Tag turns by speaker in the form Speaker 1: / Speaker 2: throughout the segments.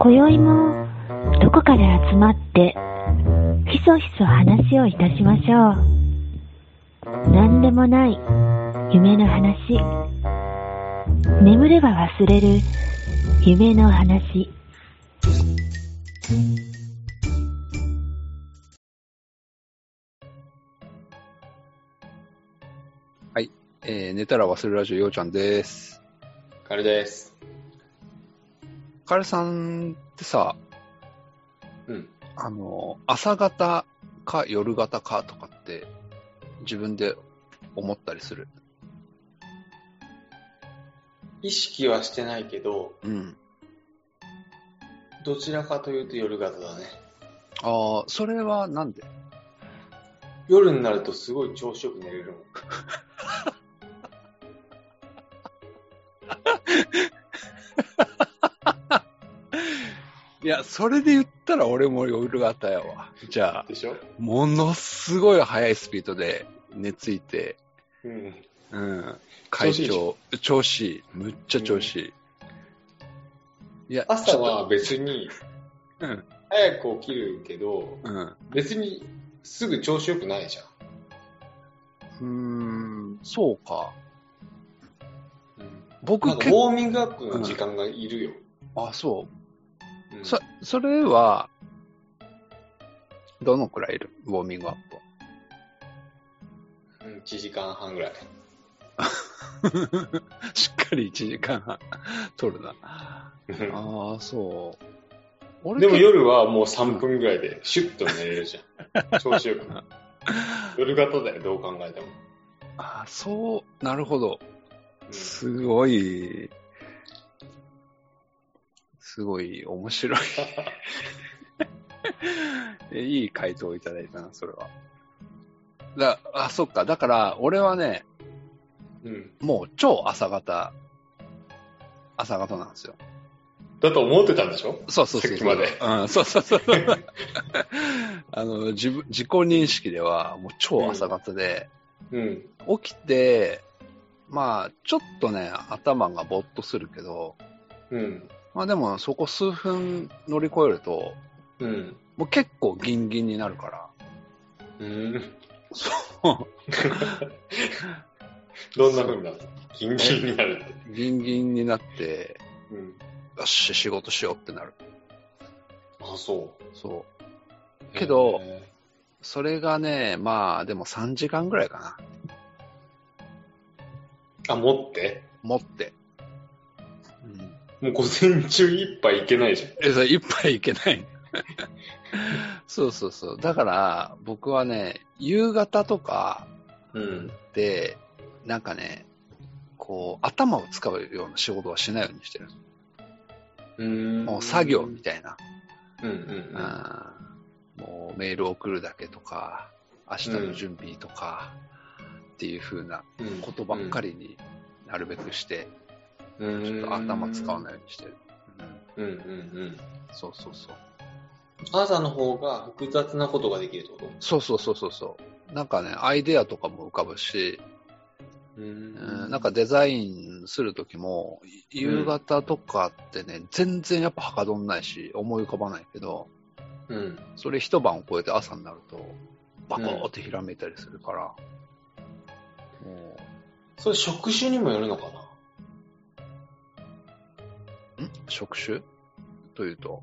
Speaker 1: 今宵もどこかで集まってひそひそ話をいたしましょう何でもない夢の話眠れば忘れる夢の話
Speaker 2: えー寝たら忘れるラジオ、ようちゃんです。
Speaker 3: カルです。
Speaker 2: カエルさんってさ、
Speaker 3: うん。
Speaker 2: あの、朝方か夜型かとかって、自分で思ったりする。
Speaker 3: 意識はしてないけど、
Speaker 2: うん。
Speaker 3: どちらかというと夜型だね。
Speaker 2: ああ、それはなんで
Speaker 3: 夜になるとすごい調子よく寝れるもん。
Speaker 2: いや、それで言ったら俺も夜型やわ。じゃあ、
Speaker 3: でしょ
Speaker 2: ものすごい速いスピードで寝ついて、
Speaker 3: うん。
Speaker 2: うん。会長、調子いい。むっちゃ調子いい。いや、
Speaker 3: 朝は別に
Speaker 2: ちょっと、
Speaker 3: 早く起きるけど、
Speaker 2: うん、うん。
Speaker 3: 別にすぐ調子よくないじゃん。
Speaker 2: うーん、そうか。
Speaker 3: うん。
Speaker 2: 僕
Speaker 3: なんか
Speaker 2: 結
Speaker 3: ウ
Speaker 2: 構、
Speaker 3: ォーミングアップの時間がいるよ。
Speaker 2: あ、そう。
Speaker 3: うん
Speaker 2: そ、それは、どのくらいいるウォーミングアッ
Speaker 3: うん、1時間半ぐらい。
Speaker 2: プは。 しっかり1時間半 取るな。
Speaker 3: うん
Speaker 2: ああ、そう。俺
Speaker 3: でも
Speaker 2: 結
Speaker 3: 夜はもう3分ぐらいでシュッと寝れるじゃん。調子よく。夜型だよ、どう考えても。
Speaker 2: 構あーそう、なるほど。
Speaker 3: うん
Speaker 2: すごい、すごい面白い。 えいい回答をいただいたな、それは。だあ、そっか。だから、俺はね、
Speaker 3: うん。
Speaker 2: もう超朝方、朝方なんですよ。
Speaker 3: だと思ってたんでしょ
Speaker 2: そうそうそうそう。
Speaker 3: さっきまで
Speaker 2: うん、そうそうそう。 あの、自分、自己認識では、もう超朝方で、
Speaker 3: うん。
Speaker 2: 起きて、まあ、ちょっとね、頭がぼーっとするけど、
Speaker 3: うん。
Speaker 2: まあでも、そこ数分乗り越えると、
Speaker 3: うん。
Speaker 2: もう結構ギンギンになるから。
Speaker 3: うん。
Speaker 2: そ
Speaker 3: どんな風になるのギンギンになる
Speaker 2: う。ギンギンになって、
Speaker 3: うん。
Speaker 2: よし、仕事しようってなる。
Speaker 3: あ、そ
Speaker 2: そうけど
Speaker 3: へ
Speaker 2: う。それがね、まあ、でも3時間ぐらいかな。
Speaker 3: ーあ、持って
Speaker 2: 持って。うん。
Speaker 3: もう午前中一杯いけないじゃん。
Speaker 2: え、それ一杯いけない。 そうそうそう。だから、僕はね、夕方とか
Speaker 3: うん。
Speaker 2: で、なんかね、こう、頭を使うような仕事はしないようにしてる。
Speaker 3: うん。
Speaker 2: もう作業みたいな。
Speaker 3: うんうんうん。
Speaker 2: うんもうメール送るだけとか、明日の準備とか、っていう風な
Speaker 3: うん
Speaker 2: ことばっか。りになるべくして、
Speaker 3: ちょ
Speaker 2: ちょっと頭使わ
Speaker 3: い。
Speaker 2: ないようにしてる。うん、
Speaker 3: うんうんうん。
Speaker 2: そうそうそう。
Speaker 3: 朝の方が複雑なことができるってこ
Speaker 2: そうそうそうそうそう。なんかね、アイデアとかも浮かぶし、
Speaker 3: とう
Speaker 2: うんなんか、デザインするときも、夕方とかってね、全然やっぱはかどんないし、思い浮かばないけど、
Speaker 3: うん。
Speaker 2: それ一晩を超えて朝になると、バコーってひらめいたりするから、も
Speaker 3: それ職種にもよるのかな
Speaker 2: う、ん職種というと、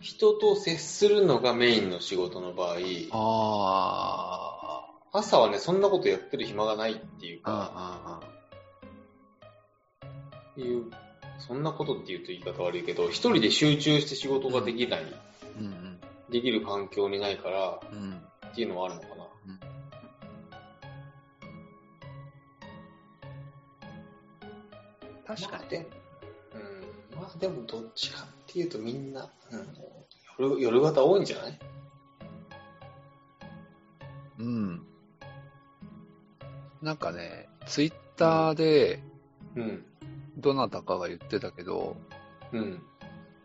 Speaker 3: 人と接するのがメインの仕事の場合、
Speaker 2: あ
Speaker 3: 朝はね、そんなことやってる暇がないっていう
Speaker 2: あ
Speaker 3: か、
Speaker 2: あ
Speaker 3: いう、そんなことって言うと言い方悪いけど、一人で集中して仕事ができない、
Speaker 2: あ、うん
Speaker 3: できる環境にないから
Speaker 2: うん、うん。
Speaker 3: っていうのはあるのかな。
Speaker 2: 確かに。
Speaker 3: でうん、まあでもどっちかっていうとみんな、うん、夜夜型多いんじゃない
Speaker 2: うん。なんかね、ツイッターで、
Speaker 3: うん、
Speaker 2: どなたかが言ってたけど、
Speaker 3: うん、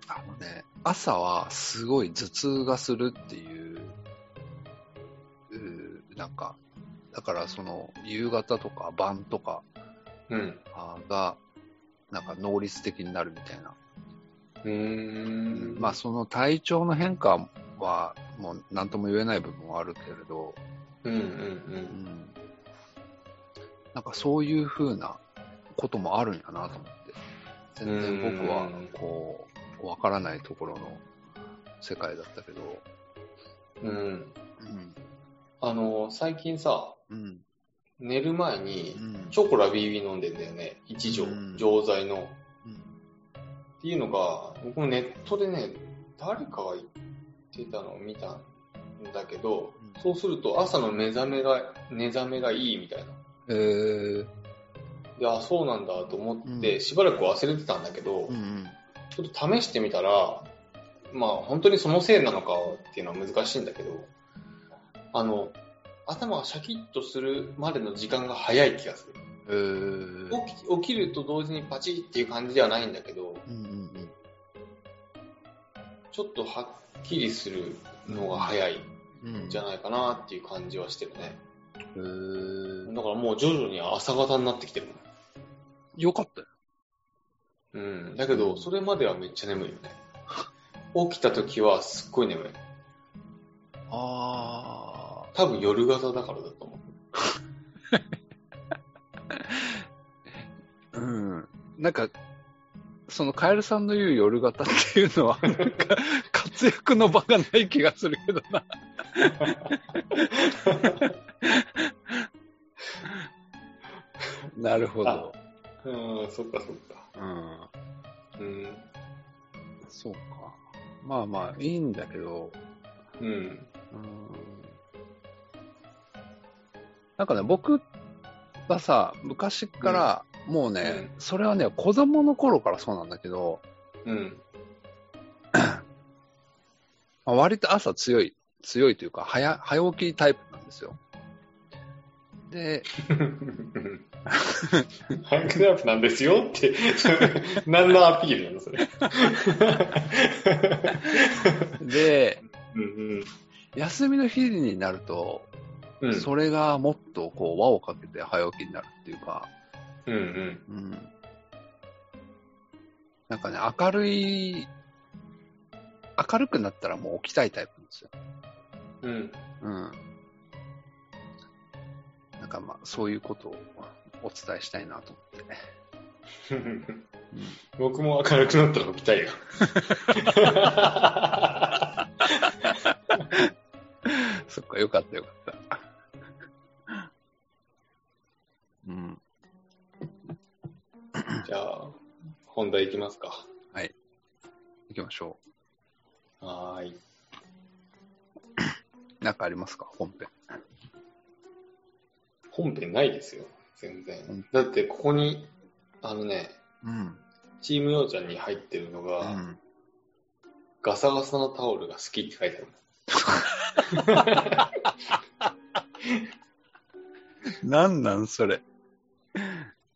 Speaker 2: あのね、朝はすごい頭痛がするっていう、うーなんか、だからその夕方とか晩とか
Speaker 3: うん。
Speaker 2: あーが、なんか能率的になるみたいな
Speaker 3: うーん。
Speaker 2: まあ、その体調の変化は、もう何とも言えない部分はあるけれど、
Speaker 3: うんうん
Speaker 2: う
Speaker 3: う。
Speaker 2: んん、なんかそういう風なこともあるんやなと思って、全然僕は
Speaker 3: うん
Speaker 2: こう、わからないところの世界だったけど、
Speaker 3: うん。
Speaker 2: うん、
Speaker 3: あの、最近さ、
Speaker 2: うん、
Speaker 3: 寝る前に
Speaker 2: う、ん、
Speaker 3: チョコラビビ飲んでんだよね。一錠
Speaker 2: うん。
Speaker 3: 錠剤の。
Speaker 2: うん
Speaker 3: っていうのが、僕もネットでね、誰かが言ってたのを見たんだけど
Speaker 2: うん、
Speaker 3: そうすると朝の目覚めが、目覚めがいいみたいな。
Speaker 2: えー、
Speaker 3: いや、そうなんだと思って、
Speaker 2: うん
Speaker 3: しばらく忘れてたんだけど、
Speaker 2: うん、うん、
Speaker 3: ちょっと試してみたら、まあ本当にそのせいなのかっていうのは難しいんだけど、あの、頭がシャキッとするまでの時間が早い気がする。
Speaker 2: えー、
Speaker 3: 起き起きると同時にパチッっていう感じではないんだけど、
Speaker 2: うん、うん、
Speaker 3: ちょっとはっきりするのが早い
Speaker 2: うん、うん
Speaker 3: んじゃないかなっていう感じはしてるね。
Speaker 2: えー、
Speaker 3: だからもう徐々に朝方になってきてる。
Speaker 2: よかったよ。
Speaker 3: うん。だけど、それまではめっちゃ眠いよね。 起きた時はすっごい眠い。
Speaker 2: あ
Speaker 3: 多分夜型だからだと思う。
Speaker 2: ー、うん、なんか、そのカエルさんの言う夜型っていうのは、なんか活躍の場がない気がするけど な。なるほど。
Speaker 3: うん、そっかそっか。
Speaker 2: うん。
Speaker 3: うん。
Speaker 2: そうか。まあまあ、いいんだけど、
Speaker 3: うん。
Speaker 2: うん。なんかね、僕はさ、昔から、もうね、それはね、子供の頃からそうなんだけど、
Speaker 3: うん。
Speaker 2: まあ、割と朝強い、強いというか、早、早起きタイプなんですよ。で、
Speaker 3: ハンクラップなんですよって、 何のアピールなのそ れ。
Speaker 2: で、
Speaker 3: うん
Speaker 2: 休みの日になると、
Speaker 3: うん。
Speaker 2: それがもっとこう輪をかけて早起きになるっていうか、
Speaker 3: うんうん。
Speaker 2: うん。なんかね、明るい、明るくなったらもう起きたいタイプなんですよ。
Speaker 3: うん。
Speaker 2: うん。なんかまあ、そういうことをお伝えしたいなと思って。 うん
Speaker 3: 僕も明るくなったら起きたい よ。
Speaker 2: そっか、よかったよかった。 うん。
Speaker 3: じゃあ、本題いきますか。
Speaker 2: 行きましょ
Speaker 3: はーい。
Speaker 2: う。なんかありますか本編。
Speaker 3: 本編ないですよ。全
Speaker 2: うん
Speaker 3: 然。だって、ここに、あのね、
Speaker 2: うん。
Speaker 3: チームようちゃんに入ってるのが、ガサガサのタオルが好きって書いてある。
Speaker 2: なんなんそれ。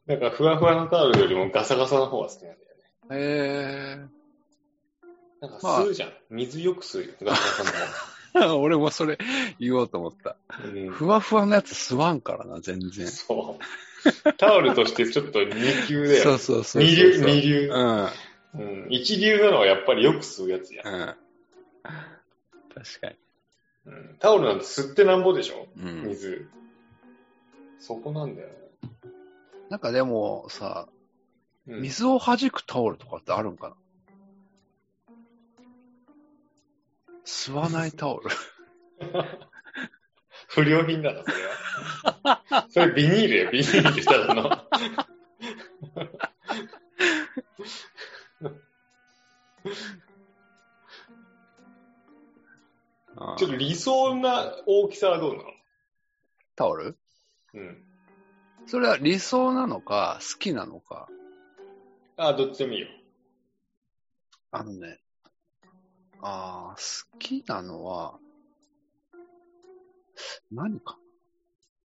Speaker 3: なんか、ふわふわのタオルよりもガサガサの方が好きなんだよね。
Speaker 2: え
Speaker 3: なんか、
Speaker 2: まあ
Speaker 3: 吸うじゃん。水よく吸うよ。ガサガサ
Speaker 2: ー、 俺もそれ言おうと思った。
Speaker 3: の方 が。
Speaker 2: ふわふわのやつ吸わんからな、全
Speaker 3: うん、
Speaker 2: 然。
Speaker 3: そう。タオルとしてちょっと二級だよ。
Speaker 2: そうそうそうそう。
Speaker 3: 二流、二流
Speaker 2: う。ん。うん。
Speaker 3: うん。一流なのはやっぱりよく吸うやつや。
Speaker 2: 確かに。
Speaker 3: うん。タオルなんて吸ってなんぼでしょ
Speaker 2: うん。
Speaker 3: 水。そこなんだよね。
Speaker 2: なんかでもさ、
Speaker 3: うん
Speaker 2: 水を弾くタオルとかってあるんかな吸わないタオル。
Speaker 3: 不良品だな、それは。 それビニールや、ビニールただの。 ちょっと理想な大きさはどうなの
Speaker 2: タオル
Speaker 3: うん。
Speaker 2: それは理想なのか、好きなのか。
Speaker 3: あ、どっちでもいいよ。
Speaker 2: あのね、ああ、好きなのは、何か。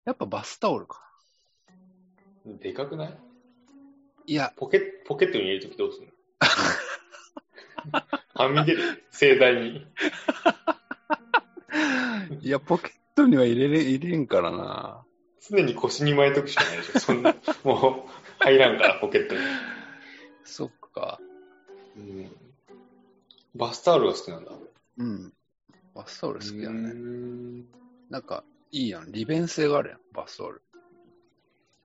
Speaker 2: やっぱバスタオルか。
Speaker 3: でかくない
Speaker 2: い や、
Speaker 3: ポケポケットに入れるときどう するのはみ出る盛大に。
Speaker 2: いや、ポケットには入れれ入れんからな。
Speaker 3: 常に腰に巻いとくしかないでしょ。そんな、もう、入らんから、ポケットに。
Speaker 2: そっか。
Speaker 3: うん。バスタオルが好きなんだ。
Speaker 2: うん。バスタオル好きだ
Speaker 3: う
Speaker 2: ね。
Speaker 3: ーん
Speaker 2: なんか、いいやん。利便性があるやん、バスタオル。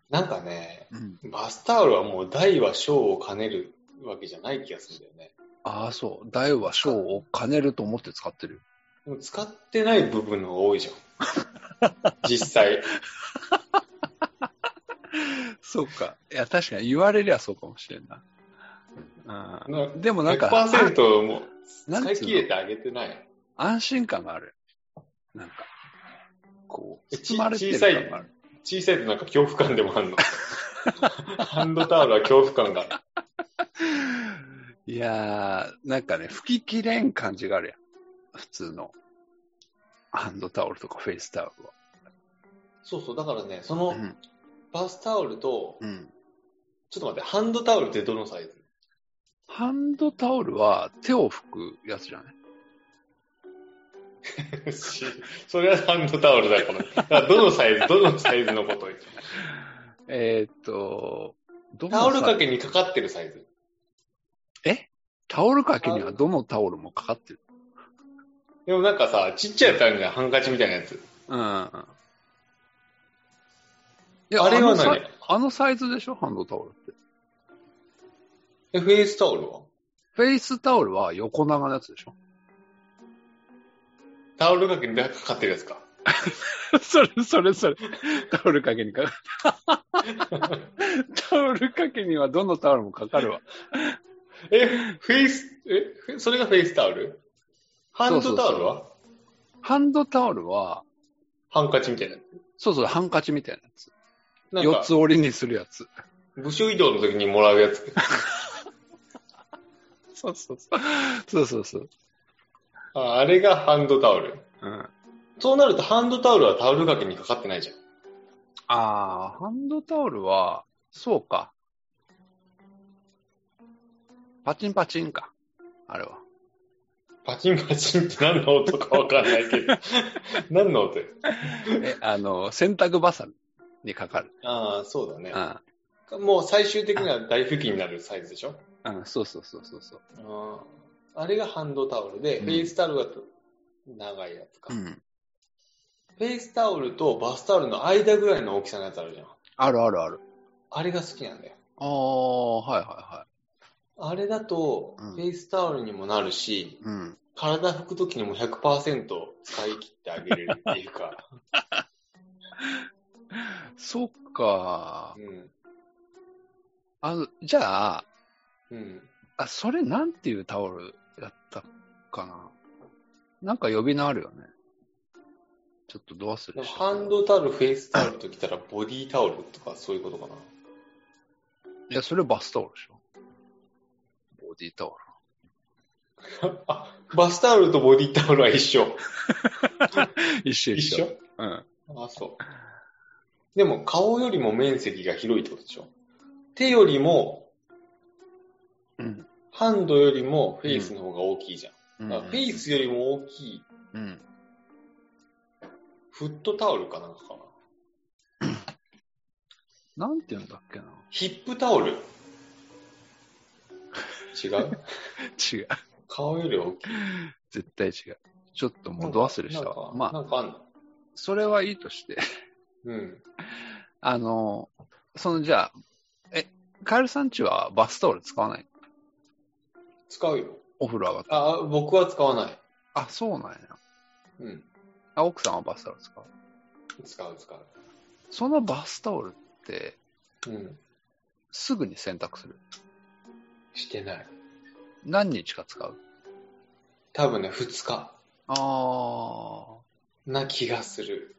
Speaker 3: なんかね、
Speaker 2: うん。
Speaker 3: バスタオルはもう大は小を兼ねるわけじゃない気がするんだよね。
Speaker 2: ああ、そう。大は小を兼ねると思って使ってる。
Speaker 3: もう使ってない部分の方が多い じゃん。実際。
Speaker 2: そうか。いや、確かに言われりゃそうかもしれんな。
Speaker 3: な
Speaker 2: うん。でもなんか、
Speaker 3: 100%もう
Speaker 2: なんて
Speaker 3: 使い
Speaker 2: いうの
Speaker 3: 切れてあげてない。
Speaker 2: 安心感がある。なんか、こう、
Speaker 3: えち
Speaker 2: 包まれてる感がある。
Speaker 3: 小さいとなんか恐怖感でもあるの。 ハンドタオルは恐怖感がある。
Speaker 2: いやー、なんかね、吹き切れん感じがあるやん。普通の。ハンドタオルとかフェイスタオ
Speaker 3: そうそう、だからね、そ
Speaker 2: ル
Speaker 3: の
Speaker 2: は。うん。
Speaker 3: バスタオルと、
Speaker 2: うん。
Speaker 3: ちょっと待って、ハンドタオルってどのサイズ
Speaker 2: ハンドタオルは手を拭くやつじゃない
Speaker 3: しそれはハンドタオルだから。だからどのサイズ、どのサイズのことを言って
Speaker 2: えーっと、どの
Speaker 3: タオル掛
Speaker 2: さ
Speaker 3: けにかかってるサイズ。
Speaker 2: タオル掛けにはどのタオルもかかってる。
Speaker 3: でもなんかさ、ちっちゃいやつあるじゃん、ハンカチみたいなやつ。
Speaker 2: うん。い
Speaker 3: あれは
Speaker 2: あのさ
Speaker 3: 何
Speaker 2: あのサイズでしょハンドタオルって。
Speaker 3: えフェイスタオルは
Speaker 2: フェイスタオルは横長のやつでしょ
Speaker 3: タオル掛けにかかってるやつか。
Speaker 2: それ、それ、それ。タオル掛けにかかる。タオル掛けにはどのタオルもかかるわ。
Speaker 3: え、フェイス、え、フェそれがフェイスタオルハンドタオルは
Speaker 2: ハンドタオルは、
Speaker 3: ハンカチみたいなや
Speaker 2: そうそう、ハンカチみたいなやつ。
Speaker 3: つ。なん
Speaker 2: 四
Speaker 3: か
Speaker 2: つ、折りにするやつ。
Speaker 3: 部署移動の時にもらうやつ。
Speaker 2: そうそうそう。そうそうそう。
Speaker 3: ああれがハンドタオル。
Speaker 2: うん。あ
Speaker 3: そうなるとハンドタオルはタオル掛けにかかってないじゃん。
Speaker 2: あー、ハンドタオルは、そうか。パチンパチンか。あれは。
Speaker 3: パチンパチンって何の音かわかんないけ ど。何の音よ
Speaker 2: え、あの、洗濯バサミにかかる。
Speaker 3: ああ、そうだね
Speaker 2: う。ん。
Speaker 3: もう最終的には大腹筋になるサイズでしょ
Speaker 2: うん、そうそうそうそうそう。
Speaker 3: あああれがハンドタオルで、
Speaker 2: うん
Speaker 3: フェイスタオルが長いやつか、
Speaker 2: うん。
Speaker 3: フェイスタオルとバスタオルの間ぐらいの大きさのやつあるじゃん。
Speaker 2: あるあるある。
Speaker 3: あれが好きなんだよ。
Speaker 2: ああ、はいはいはい。
Speaker 3: あれだと、
Speaker 2: うん
Speaker 3: フェイスタオルにもなるし、
Speaker 2: うん。
Speaker 3: 体拭くときにも100%使い切ってあげれるってい うか、
Speaker 2: そっか。
Speaker 3: うん。
Speaker 2: あの、じゃあ、
Speaker 3: うん。
Speaker 2: あ、それなんていうタオルだったかな。なんか呼び名あるよね。ちょっとどうす
Speaker 3: で
Speaker 2: る
Speaker 3: もハンドタオル、フェイスタオルときたら、ボディタオルとかそういうことかな。
Speaker 2: いや、それバスタオルでしょ。ボディタオ
Speaker 3: あ、バスタオルとボディタオルは一緒。
Speaker 2: ル。一緒
Speaker 3: 一緒
Speaker 2: うん。
Speaker 3: あ、そう。でも、顔よりも面積が広いってことでしょ手よりも、
Speaker 2: うん。
Speaker 3: ハンドよりもフェイスの方が大きいじゃん。
Speaker 2: うん
Speaker 3: だからフェイスよりも大きい
Speaker 2: うん。
Speaker 3: フットタオルかなんかかな。
Speaker 2: なんていうんだっけな。
Speaker 3: ヒップタオル。違う
Speaker 2: 違う。
Speaker 3: 顔より大きい。
Speaker 2: 絶対違う。ちょっともうど忘れした
Speaker 3: なん
Speaker 2: わ。
Speaker 3: か
Speaker 2: まあ、
Speaker 3: なんかあんの
Speaker 2: それはいいとして。
Speaker 3: うん。
Speaker 2: あの、そのじゃあ、え、カエルさんちはバスタオル使わない
Speaker 3: 使うよ。
Speaker 2: お風呂上がった。
Speaker 3: あ、僕は使わない。
Speaker 2: あ、そうなんや。
Speaker 3: うん。
Speaker 2: あ、奥さんはバスタオル使う。
Speaker 3: 使う、使う。
Speaker 2: そのバスタオルって、
Speaker 3: うん。
Speaker 2: すぐに洗濯する。
Speaker 3: してない。
Speaker 2: 何日か使う。
Speaker 3: 多分ね、2日
Speaker 2: あー。
Speaker 3: な気がする。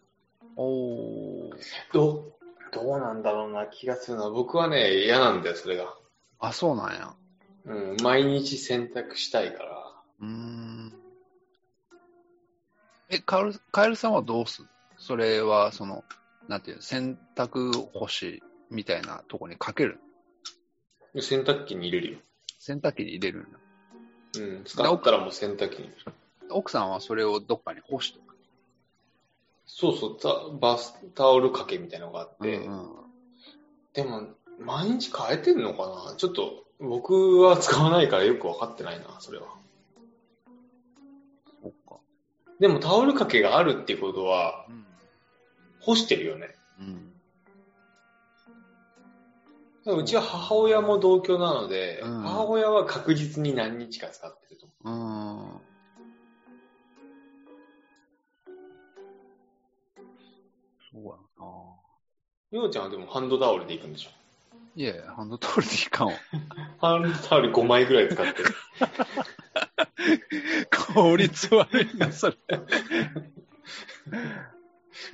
Speaker 2: おー。
Speaker 3: どう、どうなんだろうな気がするな。僕はね、嫌なんだよ、それが。
Speaker 2: あ、そうなんや。
Speaker 3: うん、毎日洗濯したいから。
Speaker 2: うーん。え、カエル、カエルさんはどうするそれは、その、なんていうの洗濯干しみたいなとこにかける
Speaker 3: 洗濯機に入れるよ。
Speaker 2: 洗濯機に入れるんだ
Speaker 3: うん、使ったらもう洗濯機に。
Speaker 2: 奥さんはそれをどっかに干してお
Speaker 3: そうそう、たバスタオル掛けみたいなのがあっ
Speaker 2: く。
Speaker 3: て。
Speaker 2: うんうん
Speaker 3: でも、毎日変えてんのかなちょっと、僕は使わないからよくわかってないな、それは。でもタオル掛けがあるっていうことは、
Speaker 2: うん。
Speaker 3: 干してるよね。
Speaker 2: うん。
Speaker 3: だからうちは母親も同居なので、
Speaker 2: うん
Speaker 3: 母親は確実に何日か使ってると思
Speaker 2: うん。そうやな
Speaker 3: う。ようちゃんはでもハンドタオルで行くんでしょ
Speaker 2: いえ、ハンドタオルでいかんわ。
Speaker 3: ハンドタオル5枚ぐらい使ってる。
Speaker 2: 効率悪いな、それ。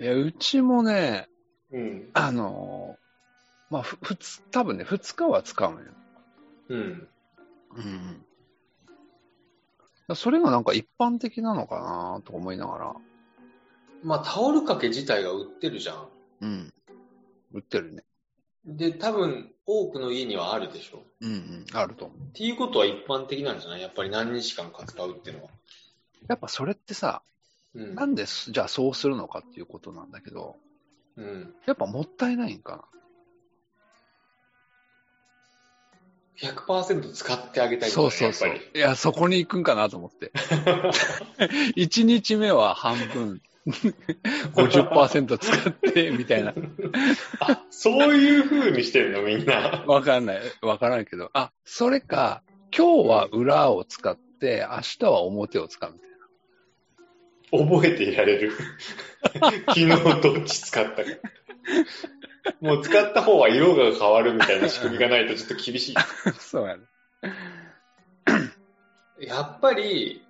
Speaker 2: いや、うちもね、
Speaker 3: うん。
Speaker 2: あのーまあ、ふ、ふつ、多分ね、二日は使うのよ。
Speaker 3: うん。
Speaker 2: うん。それがなんか一般的なのかなと思いながら。
Speaker 3: まあタオル掛け自体が売ってるじゃん。
Speaker 2: うん。売ってるね。
Speaker 3: で、多分多くの家にはあるでしょ。っ
Speaker 2: うんうん。あると思う。
Speaker 3: ていうことは一般的なんじゃないやっぱり何日間か使うっていうのは。
Speaker 2: やっぱそれってさ、
Speaker 3: うん。
Speaker 2: なんでそ、じゃあそうするのかっていうことなんだけど、
Speaker 3: うん。
Speaker 2: やっぱもったいないんか
Speaker 3: 100%使ってあげた
Speaker 2: な。
Speaker 3: いんだ
Speaker 2: そ
Speaker 3: ね
Speaker 2: うそうそう
Speaker 3: やっぱり。
Speaker 2: いや、そこに行くんかなと思って。1日目は半分、50%使って、みたいな。
Speaker 3: あ、そういう風にしてるのみんな。
Speaker 2: わかんない。わからんけど。あ、それか、今日は裏を使って、明日は表を使うみたいな。
Speaker 3: 覚えていられ る。昨日どっち使ったか。もう使った方は色が変わるみたいな仕組みがないとちょっと厳しい。
Speaker 2: そうやね。
Speaker 3: やっぱり、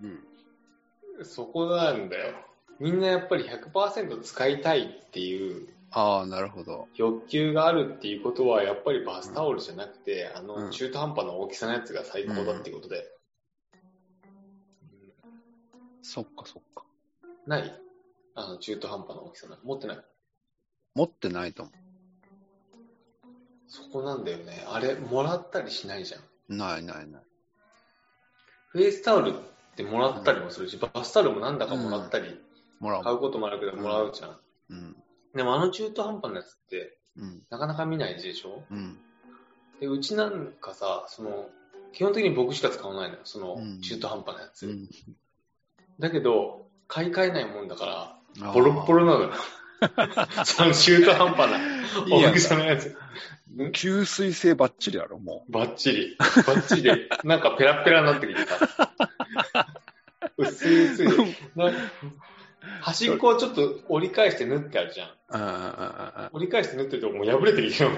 Speaker 2: うん。
Speaker 3: そこなんだよ。みんなやっぱり100%使いたいっていう
Speaker 2: ああ、なるほど。
Speaker 3: 欲求があるっていうことは、やっぱりバスタオルじゃなくて、あ
Speaker 2: う
Speaker 3: の
Speaker 2: ん
Speaker 3: 中途半端な大きさのやつが最高だっていうことで。
Speaker 2: そっかそっか。
Speaker 3: ないあの中途半端な大きさの。持ってない。
Speaker 2: 持ってないと思
Speaker 3: そこなんだよね。あれ、もらったりしないじゃん。
Speaker 2: う。ないないない。
Speaker 3: フェイスタオルってもらったりもするし、バスタオルもなんだかもらったり、
Speaker 2: もら
Speaker 3: 買
Speaker 2: う。
Speaker 3: うこともあるけど
Speaker 2: うん
Speaker 3: もらうじゃん。
Speaker 2: うん。
Speaker 3: でもあの中途半端なやつって、
Speaker 2: うん。
Speaker 3: なかなか見ないでしょ
Speaker 2: うん。
Speaker 3: で、うちなんかさ、その、基本的に僕しか使わないのよ、そうの
Speaker 2: ん
Speaker 3: 中途半端なやつ。
Speaker 2: うん
Speaker 3: だけど、買い替えないもんだから、ボロッボロな のよ。その中途半端な
Speaker 2: あーいいやんか
Speaker 3: 大きさのやつ。
Speaker 2: 吸水性バッチリやろ、も
Speaker 3: バッチリ。バッチリ。なんかペラペラになってきてた。薄い薄い。 な端っこをちょっと折り返して縫ってあるじゃん。
Speaker 2: う。うんうんうん
Speaker 3: 折り返して縫ってるともう破れてるよ。
Speaker 2: う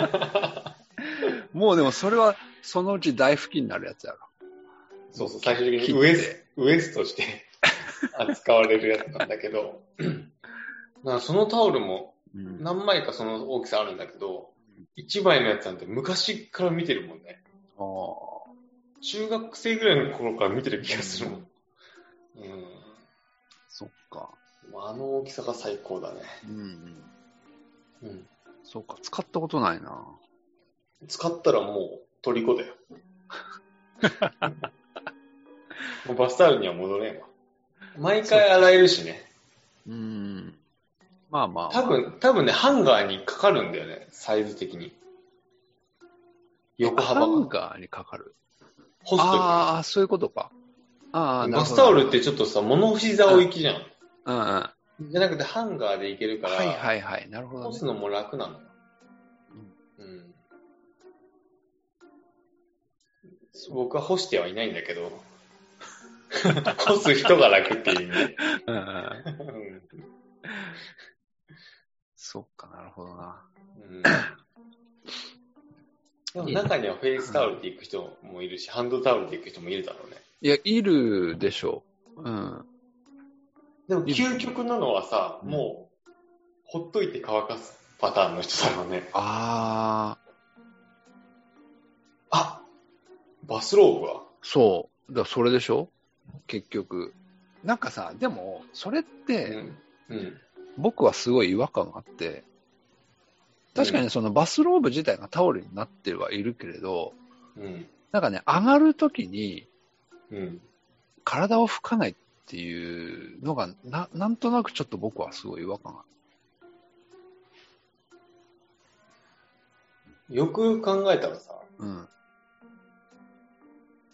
Speaker 2: んもうでもそれは、そのうち大拭きになるやつやろ。
Speaker 3: そうそう、最終的
Speaker 2: 切
Speaker 3: に
Speaker 2: って
Speaker 3: ウエスウエス トして扱われるやつなんだけど、 なそのタオルも
Speaker 2: うん。
Speaker 3: 何枚かその大きさあるんだけど、1枚のやつなんて昔から見てるもんね。
Speaker 2: あー
Speaker 3: 中学生ぐらいの頃から見てる気がするもん。う
Speaker 2: そっか。
Speaker 3: ん。あの大きさが最高だね。
Speaker 2: うんうん。
Speaker 3: うん。
Speaker 2: そっか、使ったことないな。
Speaker 3: 使ったらもう 虜だよ。もうバスタオルには戻れんわ。毎回洗えるしね。
Speaker 2: うん。まあまあ。
Speaker 3: 多分、多分ね、ハンガーにかかるんだよね、サイズ的に。横
Speaker 2: ハ
Speaker 3: 幅
Speaker 2: ン
Speaker 3: が。
Speaker 2: ガーにかかる。
Speaker 3: 干すと
Speaker 2: ああ、そういうことか。ああ、な
Speaker 3: き。
Speaker 2: る
Speaker 3: バ
Speaker 2: ほ
Speaker 3: ス
Speaker 2: ど
Speaker 3: タオルってちょっとさ、物干し竿行きじゃん。
Speaker 2: うんうん。は
Speaker 3: じゃなくてハンガーでいける
Speaker 2: い
Speaker 3: から、
Speaker 2: はいはい。なるほど、
Speaker 3: 干
Speaker 2: ね
Speaker 3: す。のも楽なのよ。うん。僕は干してはいないんだけど、 干す人が楽っていう意味で。
Speaker 2: うんうん。そっか、なるほどな。
Speaker 3: うんでも中にはフェイスタオルで行く人もいるし、ハンドタオルで行く人もいるだろうね。
Speaker 2: いや、いるでしょう。うん。
Speaker 3: でも究極なのはさ、
Speaker 2: うん
Speaker 3: もう、ほっといて乾かすパターンの人だろうね。
Speaker 2: ああ、
Speaker 3: あバスローブは
Speaker 2: そう。だそれでしょ結局。なんかさ、でも、それって、
Speaker 3: うん。うん。
Speaker 2: 僕はすごい違和感があって、確かにそのバスローブ自体がタオルになってはいるけれど、
Speaker 3: うん。
Speaker 2: なんかね、上がるときに
Speaker 3: うん。
Speaker 2: 体を拭かないっていうのが、ななんとなくちょっと僕はすごい違和感がある。
Speaker 3: よく考えたらさ、
Speaker 2: うん。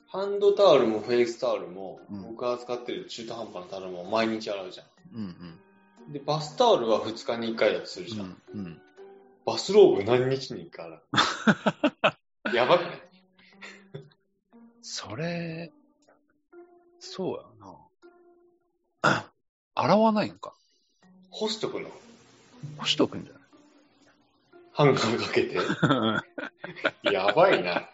Speaker 3: ハンドタオルもフェイスタオルも、
Speaker 2: うん
Speaker 3: 僕が使ってる中途半端なタオルも毎日洗うじゃ
Speaker 2: うん
Speaker 3: ん。で、バスタオルは2日に1回だとする
Speaker 2: う
Speaker 3: じゃん。
Speaker 2: ん。うん。
Speaker 3: バスローブ何日に1回 洗う。やばくない
Speaker 2: それ、そうやな。 洗わないんか。
Speaker 3: 干しとくの
Speaker 2: 干しとくんじ
Speaker 3: ハンガーかけて。
Speaker 2: ゃない
Speaker 3: やばいな。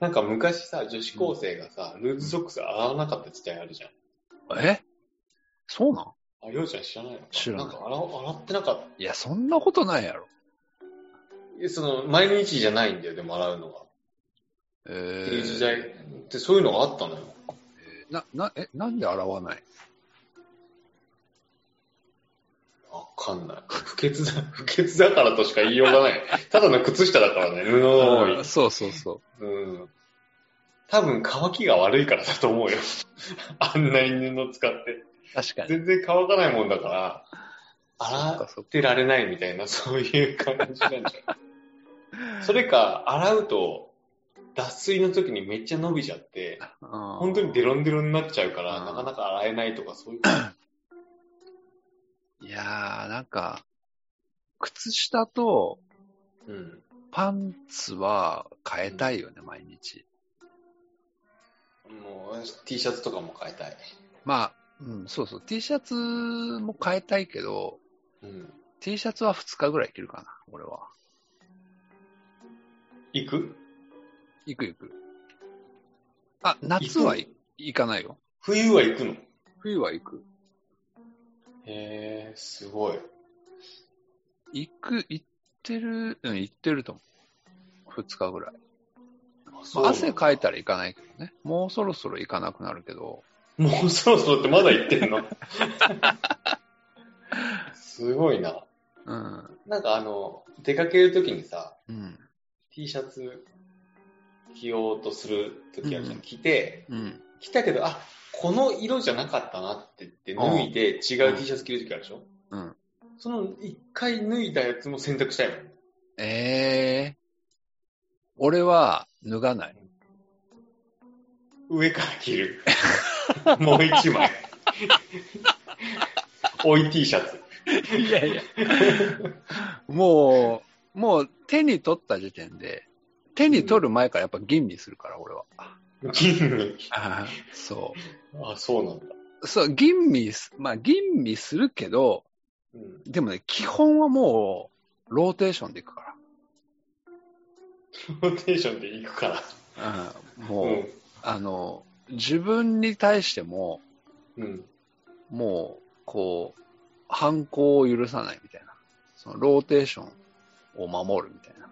Speaker 3: なんか昔さ、女子高生がさ、ルーズソックス洗わなかった時代あるじゃん。
Speaker 2: えそうなん
Speaker 3: あ、ようちゃん知らないのか
Speaker 2: 知らない
Speaker 3: んか洗わ洗ってなかっ
Speaker 2: いや、そんなことないやろ。
Speaker 3: た。えその、毎日じゃないんだよ、でも洗うのが。
Speaker 2: え
Speaker 3: っていう時
Speaker 2: ー、
Speaker 3: 代ってそういうのがあったのよ。
Speaker 2: な、な、え、なんで洗わない
Speaker 3: わかんない。不潔だ、 不潔だからとしか言いようがない。ただの靴下だからね、布の多い。
Speaker 2: そうそうそ
Speaker 3: うん。多分乾きが悪いからだと思うよ。 あんなに布使って。
Speaker 2: う。確か。
Speaker 3: 全然乾かないもんだから、
Speaker 2: そっ
Speaker 3: 洗
Speaker 2: かそっ
Speaker 3: ってられないみたいな、そういう感じ なんじゃん。それか、洗うと、脱水の時にめっちゃ伸びちゃって、
Speaker 2: 本
Speaker 3: 本当にデロンデロンになっちゃうから、
Speaker 2: うん
Speaker 3: なかなか洗えないとか、 そういう。
Speaker 2: いやー、なんか、靴下と
Speaker 3: うん。
Speaker 2: パンツは変えたいよね、毎日。
Speaker 3: もう、T シャツとかも変えたい。
Speaker 2: まあ、うん、そうそう。T シャツも変えたいけど、
Speaker 3: うん。
Speaker 2: T シャツは2日ぐらい着るかな、俺は。
Speaker 3: 行く
Speaker 2: 行く行く。あ、夏は行行かないよ。
Speaker 3: 冬は行くの
Speaker 2: 冬は行く。
Speaker 3: へえ、すごい。
Speaker 2: 行く、行ってる、うん、行ってると思う。2日ぐらい。まあ、汗かいた
Speaker 3: ら。
Speaker 2: ら行かないけどね。もうそろそろ行かなくなるけど。
Speaker 3: もうそろそろってまだ行って んのすごいな。
Speaker 2: うん。
Speaker 3: なんかあの、出かけるときにさ、
Speaker 2: うん。
Speaker 3: T シャツ着ようとするときは
Speaker 2: うん
Speaker 3: 着て、
Speaker 2: うん。
Speaker 3: 着たけど、あ、この色じゃなかったなって言って脱いで違う T シ
Speaker 2: うん
Speaker 3: ャツ着るときあるでしょ
Speaker 2: うん。
Speaker 3: その一回脱いだやつも選択したいもん。
Speaker 2: ええー。俺は脱がない。
Speaker 3: 上から着る。 もう一枚。おい T シャツ。
Speaker 2: いやいや。もう、もう手に取った時点で、手に取る前からやっぱ吟味するから、俺は。
Speaker 3: 銀に。
Speaker 2: あそ
Speaker 3: あ、そうなんだ。
Speaker 2: う。そう、吟味す、まあ吟味するけど、
Speaker 3: うん。
Speaker 2: でもね、基本はもう、ローテーションでいくか
Speaker 3: ローテーションで行くから。
Speaker 2: ら。うん、もう、
Speaker 3: うん。
Speaker 2: あの、自分に対しても、
Speaker 3: うん。
Speaker 2: もう、こう、反抗を許さないみたいな。そのローテーションを守るみたいな。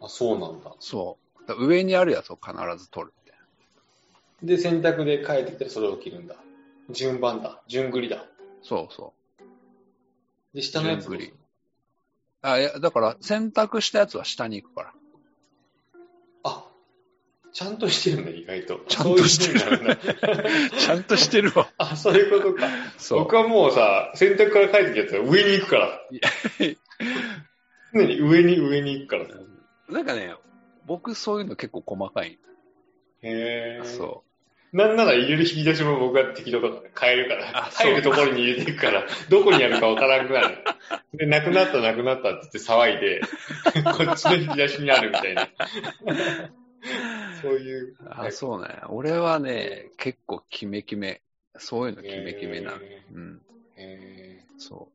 Speaker 3: あ、そうなんだ。
Speaker 2: そう。だから上にあるやつを必ず取るみたい
Speaker 3: で、洗濯で帰ってきたらそれを着るんだ。順番だ。順繰りだ。
Speaker 2: な。そうそう。
Speaker 3: で、下のやつも
Speaker 2: 順繰りあ、いや、だから、選択したやつは下に行くから。
Speaker 3: あ、ちゃんとしてるんだ、意外と。
Speaker 2: ちゃんとしてる
Speaker 3: そういう風になるん だ。
Speaker 2: ちゃんとしてるわ。
Speaker 3: あ、そういうことか。
Speaker 2: そう
Speaker 3: 僕。はもうさ、洗濯から帰ってきたやつは上に行くから
Speaker 2: い。
Speaker 3: 常に上に上に行くから。
Speaker 2: なんかね、僕そういうの結構細かい。
Speaker 3: へー。
Speaker 2: そ
Speaker 3: なんなら入れる引き出しも僕は適当だから変えるから
Speaker 2: あ、そう
Speaker 3: 入るところに入れていくから、どこにあるかわからなくなる。で、なくなったなくなったって言って騒 いで、こっちの引き出しにあるみたいな。そういう。
Speaker 2: う。あ、そうね。俺はね、結構キメキメ。そういうのキメキメな。
Speaker 3: へ
Speaker 2: うん。
Speaker 3: ーへ
Speaker 2: そ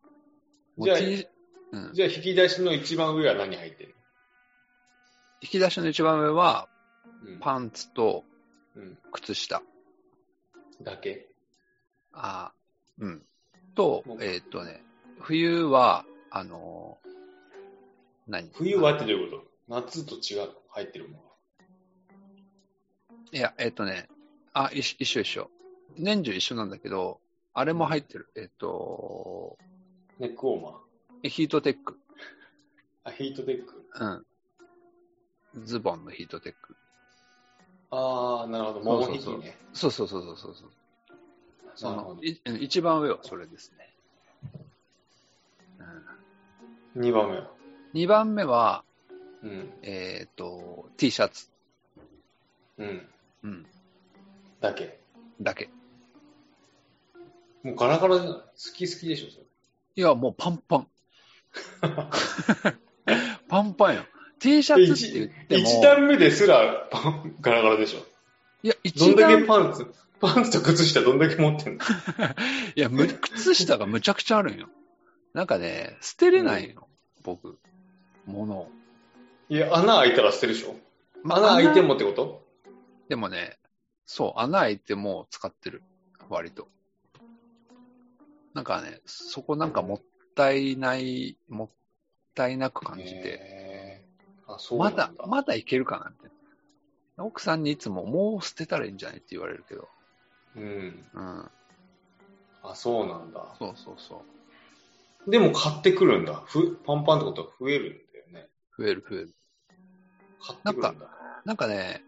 Speaker 2: う。
Speaker 3: じゃあ
Speaker 2: もう T- うん
Speaker 3: ー。じゃあ引き出しの一番上は何入ってる
Speaker 2: 引き出しの一番上は、
Speaker 3: うん
Speaker 2: パンツと
Speaker 3: うん。
Speaker 2: 靴下。
Speaker 3: だけ
Speaker 2: あうん。と
Speaker 3: も、う
Speaker 2: えーっとね、冬は、あのー何
Speaker 3: 冬はってどういうこと夏と違う入ってるもの。
Speaker 2: いや、えーっとね、あ、一緒一緒一緒。年中一緒なんだけど、あれも入ってる。えーっと、
Speaker 3: ネックウォーマー。
Speaker 2: ヒートテック。
Speaker 3: あ、ヒートテック。
Speaker 2: うん。ズボンのヒートテック。
Speaker 3: あー、なるほど。
Speaker 2: そう
Speaker 3: 桃
Speaker 2: そう
Speaker 3: 引き
Speaker 2: そう
Speaker 3: ね。
Speaker 2: そうそうそうそうそうそう。そ
Speaker 3: なるほ
Speaker 2: の
Speaker 3: ど、
Speaker 2: いうん一番上はそれですね。うん
Speaker 3: 二番目は。
Speaker 2: 二番目は、
Speaker 3: うん。
Speaker 2: えーっと、T シャツ。
Speaker 3: うん。
Speaker 2: うん。
Speaker 3: だけ。
Speaker 2: だけ。
Speaker 3: もうガラガラじゃない好き好きでしょ、それ。
Speaker 2: いや、もうパンパン。 パンパンやん。T シャツって言っても。
Speaker 3: 一段目ですら パンガラガラでしょ。
Speaker 2: いや、
Speaker 3: ど
Speaker 2: 一
Speaker 3: んだ
Speaker 2: 段。
Speaker 3: けパンツ、パンツと靴下どんだけ持ってんの
Speaker 2: いや、む靴下がむちゃくちゃあるんよ。なんかね、捨てれないよ、僕。ものを。
Speaker 3: いや、穴開いたら捨てるでしょ。
Speaker 2: ま
Speaker 3: 穴開いて。もってこと
Speaker 2: でもね、そう、穴開いても使ってる。割と。なんかね、そこなんかもったいない、もったいなく感じて、
Speaker 3: へーあ、そうな
Speaker 2: ま
Speaker 3: んだ
Speaker 2: だ、。まだいけるかなって。奥さんにいつももう捨てたらいいんじゃないって言われるけど。
Speaker 3: うん。
Speaker 2: うん。
Speaker 3: あ、そうなんだ。
Speaker 2: そうそうそう。
Speaker 3: でも買ってくるんだ。ふ、パンパンってことは増えるんだよね。
Speaker 2: 増える増える。
Speaker 3: 買ってくるんだ。
Speaker 2: なんかね、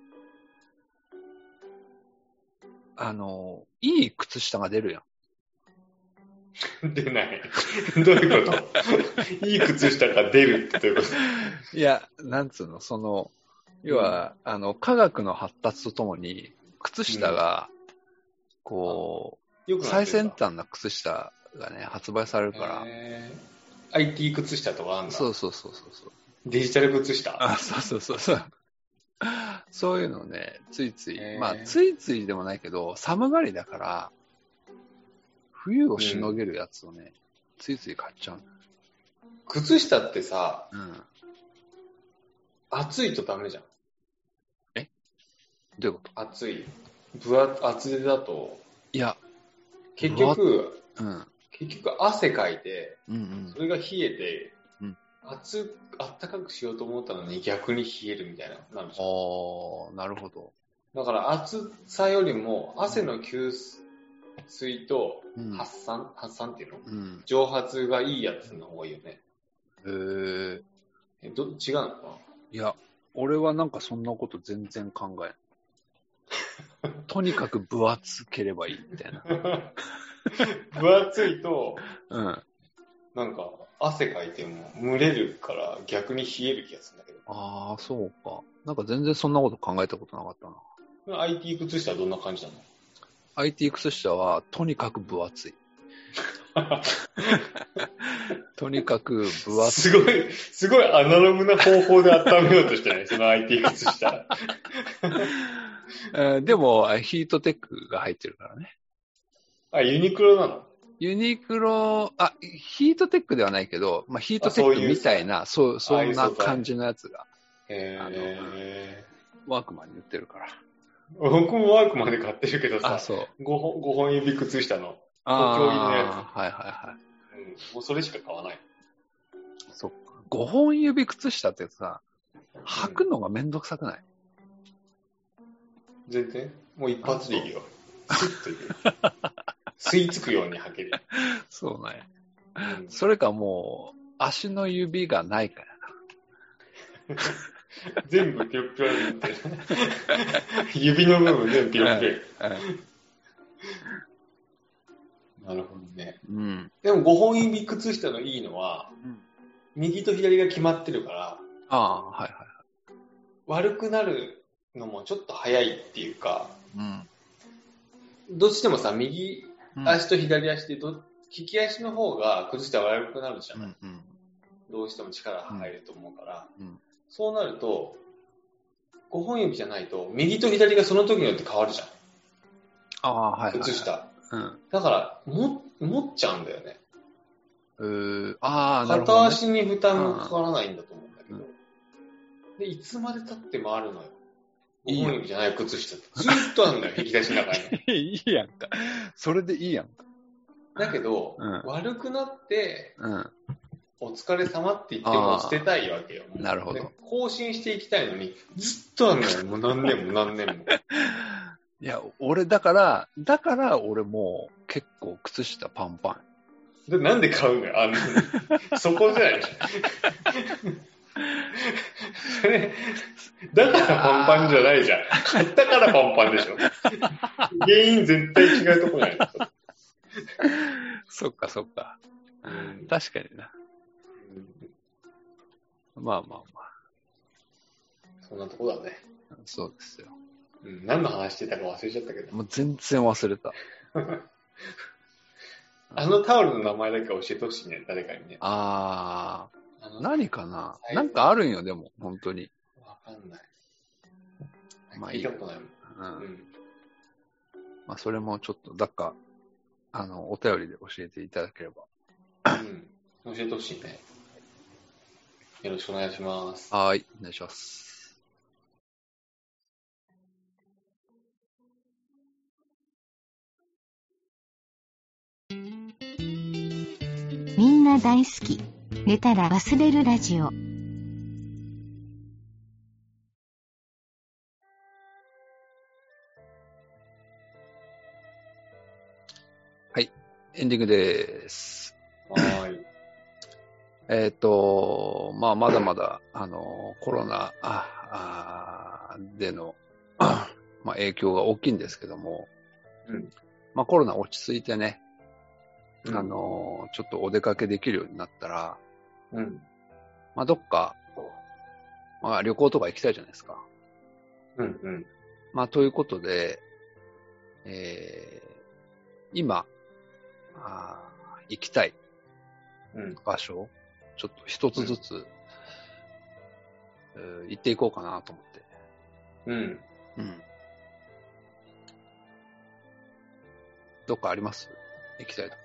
Speaker 2: あの、いい靴下が出るやん。
Speaker 3: 出ない。 どういうこといい靴下が出るってどういうこと
Speaker 2: いや、なんつうの、その、要は、あの、科学の発達とともに、靴下が、こ
Speaker 3: よ
Speaker 2: う、
Speaker 3: くな
Speaker 2: 最
Speaker 3: ってるん
Speaker 2: 先
Speaker 3: だ
Speaker 2: 端な靴下がね、発売されるから、
Speaker 3: へー IT 靴下とかあんだ。
Speaker 2: そうそうそうそうそう。
Speaker 3: デジタル靴下。
Speaker 2: あ、そうそうそうそう。そういうのをね、ついつい、
Speaker 3: へー
Speaker 2: まあ、ついついでもないけど、寒がりだから、冬をしのげるやつをね、ついつい買っちゃう。
Speaker 3: 靴下ってさ、
Speaker 2: うん。ど
Speaker 3: 暑いとダメじゃん。
Speaker 2: ういうこと
Speaker 3: 暑い。分厚、厚手だと、
Speaker 2: いや、
Speaker 3: 結局、
Speaker 2: うん。うん
Speaker 3: 結局汗かいて、
Speaker 2: うん
Speaker 3: そ。れが冷えて
Speaker 2: うん、
Speaker 3: 暑、あったかくしようと思ったのに逆に冷えるみたいな、なるじゃん
Speaker 2: おー、なるほど。
Speaker 3: だから暑さよりも汗の吸水と
Speaker 2: うん。
Speaker 3: 発散、発散っていうの
Speaker 2: うん。
Speaker 3: 蒸発がいいやつの方がいいよね。
Speaker 2: えー、
Speaker 3: えど、違うのかない
Speaker 2: や、俺はなんかそんなこと全然考えん。とにかく分厚ければいいみたいな。
Speaker 3: 分厚いと、
Speaker 2: うん。
Speaker 3: なんか、汗かいても蒸れるから逆に冷える気がするんだけ
Speaker 2: ああ、そうか。なんか全然そんなこと考えたことなかったな。
Speaker 3: ど。IT 靴下はどんな感じなの
Speaker 2: IT 靴下はとにかく分厚い。 とにかく分厚い。
Speaker 3: すごい、すごいアナログな方法で温めようとしてないその IT 靴下。
Speaker 2: えーでも、あヒートテックが入ってるからね。
Speaker 3: あ、ユニクロなの
Speaker 2: ユニクロ、あ、ヒートテックではないけど、まあ、ヒートテックみたいな、そう
Speaker 3: ああい
Speaker 2: そん
Speaker 3: う
Speaker 2: な
Speaker 3: 素材
Speaker 2: 感じのやつが
Speaker 3: へ
Speaker 2: ワークマンに売ってるから。
Speaker 3: ー。僕もワークマンで買ってるけど
Speaker 2: あ、
Speaker 3: さ、
Speaker 2: そう。
Speaker 3: 5本 ,5 本指靴下の、
Speaker 2: あ
Speaker 3: 競技のやつ
Speaker 2: あー、はいはいはい。
Speaker 3: うん、もうそれしか買わない。
Speaker 2: そっか。5本指靴下ってさ、履くのがめんどくさくない
Speaker 3: 全然。もう一発でいいよ。スッといくよ。吸い付くように履ける。
Speaker 2: そうなんや。
Speaker 3: うん
Speaker 2: それかもう、足の指がないから。
Speaker 3: 全部ピョロピョロになってる。指の部分全部ピョロピョロ。なるほどね。
Speaker 2: うん。
Speaker 3: でも5本指靴下のいいのは、
Speaker 2: うん
Speaker 3: 右と左が決まってるから、
Speaker 2: ああ、はいは
Speaker 3: 悪くなるのもちょっと早いっていうか、
Speaker 2: い。うん。
Speaker 3: どっちでもさ、右
Speaker 2: うん
Speaker 3: 足と左足でど、利き足の方が靴下は悪くなるじゃん。
Speaker 2: うんうん。
Speaker 3: どうしても力が入ると思うから、
Speaker 2: うん
Speaker 3: そうなると、5本指じゃないと、右と左がその時によって変わるじゃ
Speaker 2: ああ、はいはい、
Speaker 3: ん。
Speaker 2: はい。
Speaker 3: 靴下。
Speaker 2: うん。
Speaker 3: だから、も、持っちゃうんだよね。
Speaker 2: えー、ああ、なるほど、
Speaker 3: 片
Speaker 2: ね。
Speaker 3: 足に負担がかからないんだと思うんだけど。で、いつまで経ってもあるのよ。
Speaker 2: いいよ
Speaker 3: 5本指じゃない靴下って。ずーっとあ るのよ、引き出しの中に。
Speaker 2: いいやんか。それでいいやんか。
Speaker 3: だけど、
Speaker 2: うん
Speaker 3: 悪くなって、
Speaker 2: うん。
Speaker 3: お疲れ様って言っても捨てたいわけよ。
Speaker 2: なるほ
Speaker 3: で
Speaker 2: ど。
Speaker 3: 更新していきたいのに、ずっとあるのよ。もう何年も何年も。
Speaker 2: いや、俺、だから、だから俺もう結構靴下パンパン。
Speaker 3: でなんで買うのよ、あの、そこじゃない。それ、だからパンパンじゃないじゃん。買ったからパンパンでしょ。原因絶対違うとこない。
Speaker 2: そっかそっか。確かにな。まあまあま
Speaker 3: そんなとこだね。
Speaker 2: あ。そうですよ。
Speaker 3: うん、何の話してたか忘れちゃったけど。
Speaker 2: もう全然忘れた。
Speaker 3: あのタオルの名前だけ教えてほしいね、誰かにね。
Speaker 2: あ
Speaker 3: あの
Speaker 2: ー、何かな
Speaker 3: はい
Speaker 2: なんかあるんよ、でも、本当に。
Speaker 3: わかんない。
Speaker 2: まあい
Speaker 3: 聞
Speaker 2: い
Speaker 3: い
Speaker 2: や
Speaker 3: たことないもん。
Speaker 2: う。
Speaker 3: うんん。
Speaker 2: まあ、それもちょっと、だっか、あの、お便りで教えていただければ。
Speaker 3: うん、教えてほしいね。よろしくお願いします。
Speaker 2: はーい、お願いします。
Speaker 1: みんな大好き。寝たら忘れるラジオ。
Speaker 2: エンディングです。
Speaker 3: はーい。
Speaker 2: えっ、と、まあ、まだまだ、あの、コロナああでの、 あまあ、影響が大きいんですけども、
Speaker 3: うん
Speaker 2: まあ、コロナ落ち着いてね、あ、の、ちょっとお出かけできるようになったら、
Speaker 3: うん。
Speaker 2: まあ、どっか、まあ、旅行とか行きたいじゃないですか。
Speaker 3: うん、うん。
Speaker 2: まあ、ということで、えー、今、あー行きたい
Speaker 3: うん。
Speaker 2: 場所を、ちょっと一つずつ、えー行っていこうかなと思って。
Speaker 3: うん。
Speaker 2: うん。どっかあります行きたいと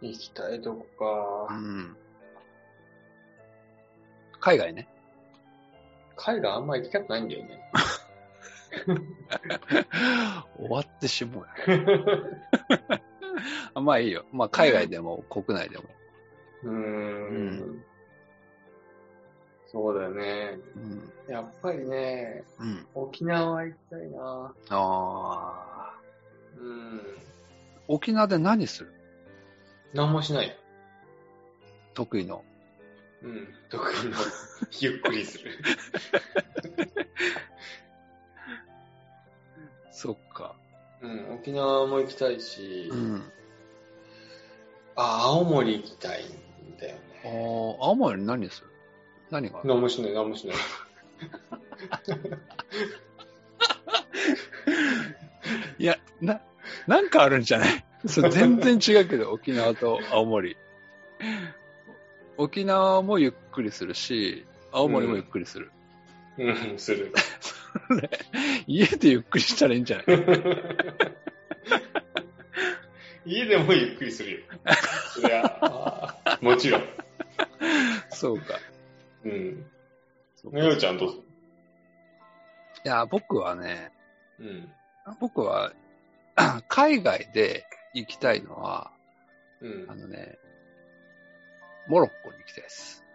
Speaker 3: 行きたいと
Speaker 2: こ。
Speaker 3: こ
Speaker 2: う
Speaker 3: か。
Speaker 2: ん。海外ね。
Speaker 3: 海外あんま行きたくないんだよね。
Speaker 2: 終わってしもうや。 まあいいよ。まあ海外でも国内でも。
Speaker 3: うーん。そうだよね。
Speaker 2: うん。
Speaker 3: やっぱりね、
Speaker 2: うん。
Speaker 3: 沖縄行きたいな。
Speaker 2: ああ。
Speaker 3: うん。
Speaker 2: 沖縄で何する
Speaker 3: 何もしない。
Speaker 2: 得意の。
Speaker 3: うん。特に、 ゆっくりする。
Speaker 2: そっか。
Speaker 3: うん。沖縄も行きたいし、
Speaker 2: うん。
Speaker 3: あ、青森行きたいんだよね。
Speaker 2: ああ、青森に何する何がある
Speaker 3: 何もしない、何もしない。
Speaker 2: いや、な、なんかあるんじゃないそう全然違うけど、沖縄と青森。沖縄もゆっくりするし、青森もゆっくりする。
Speaker 3: うん、する。
Speaker 2: 家でゆっくりしたらいいんじゃない
Speaker 3: 家でもゆっくりするよ。そりゃ、あ ーもちろん。
Speaker 2: そうか。
Speaker 3: うん。
Speaker 2: そうか
Speaker 3: のよちゃんと。
Speaker 2: いや、僕はね、
Speaker 3: うん。
Speaker 2: 僕は、 海外で行きたいのは、
Speaker 3: うん
Speaker 2: あ。のね、モロッコに行きたいです。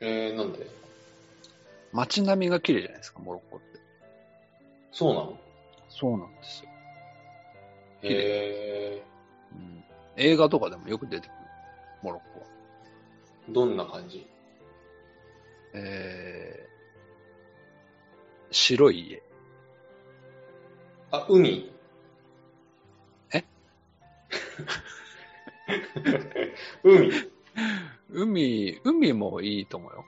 Speaker 3: えー、なんで
Speaker 2: 街並みが綺麗じゃないですか、モロッコって。
Speaker 3: そうなの
Speaker 2: そうなんですよ。綺麗
Speaker 3: え
Speaker 2: うん、映画とかでもよく出てくる、モロッコは。
Speaker 3: ー、どんな感じ
Speaker 2: えー、白い家。
Speaker 3: あ、海
Speaker 2: え
Speaker 3: 海
Speaker 2: 海、海もいいと思うよ。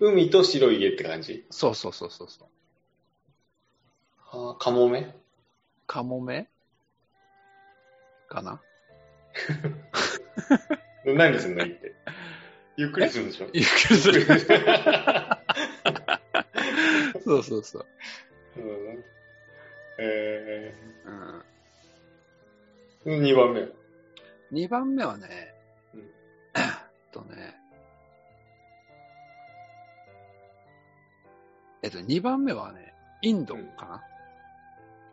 Speaker 3: 海と白い家って感じ
Speaker 2: そうそうそうそうそう。
Speaker 3: あーカモメ
Speaker 2: カモメかな
Speaker 3: 何すんの行って。ゆっくりするん でしょ
Speaker 2: ゆっくりする。そうそうそう。
Speaker 3: うんえ
Speaker 2: うん。
Speaker 3: ー、2番目。
Speaker 2: 2番目はね、
Speaker 3: うん
Speaker 2: とね、えっと、2番目はね、インドか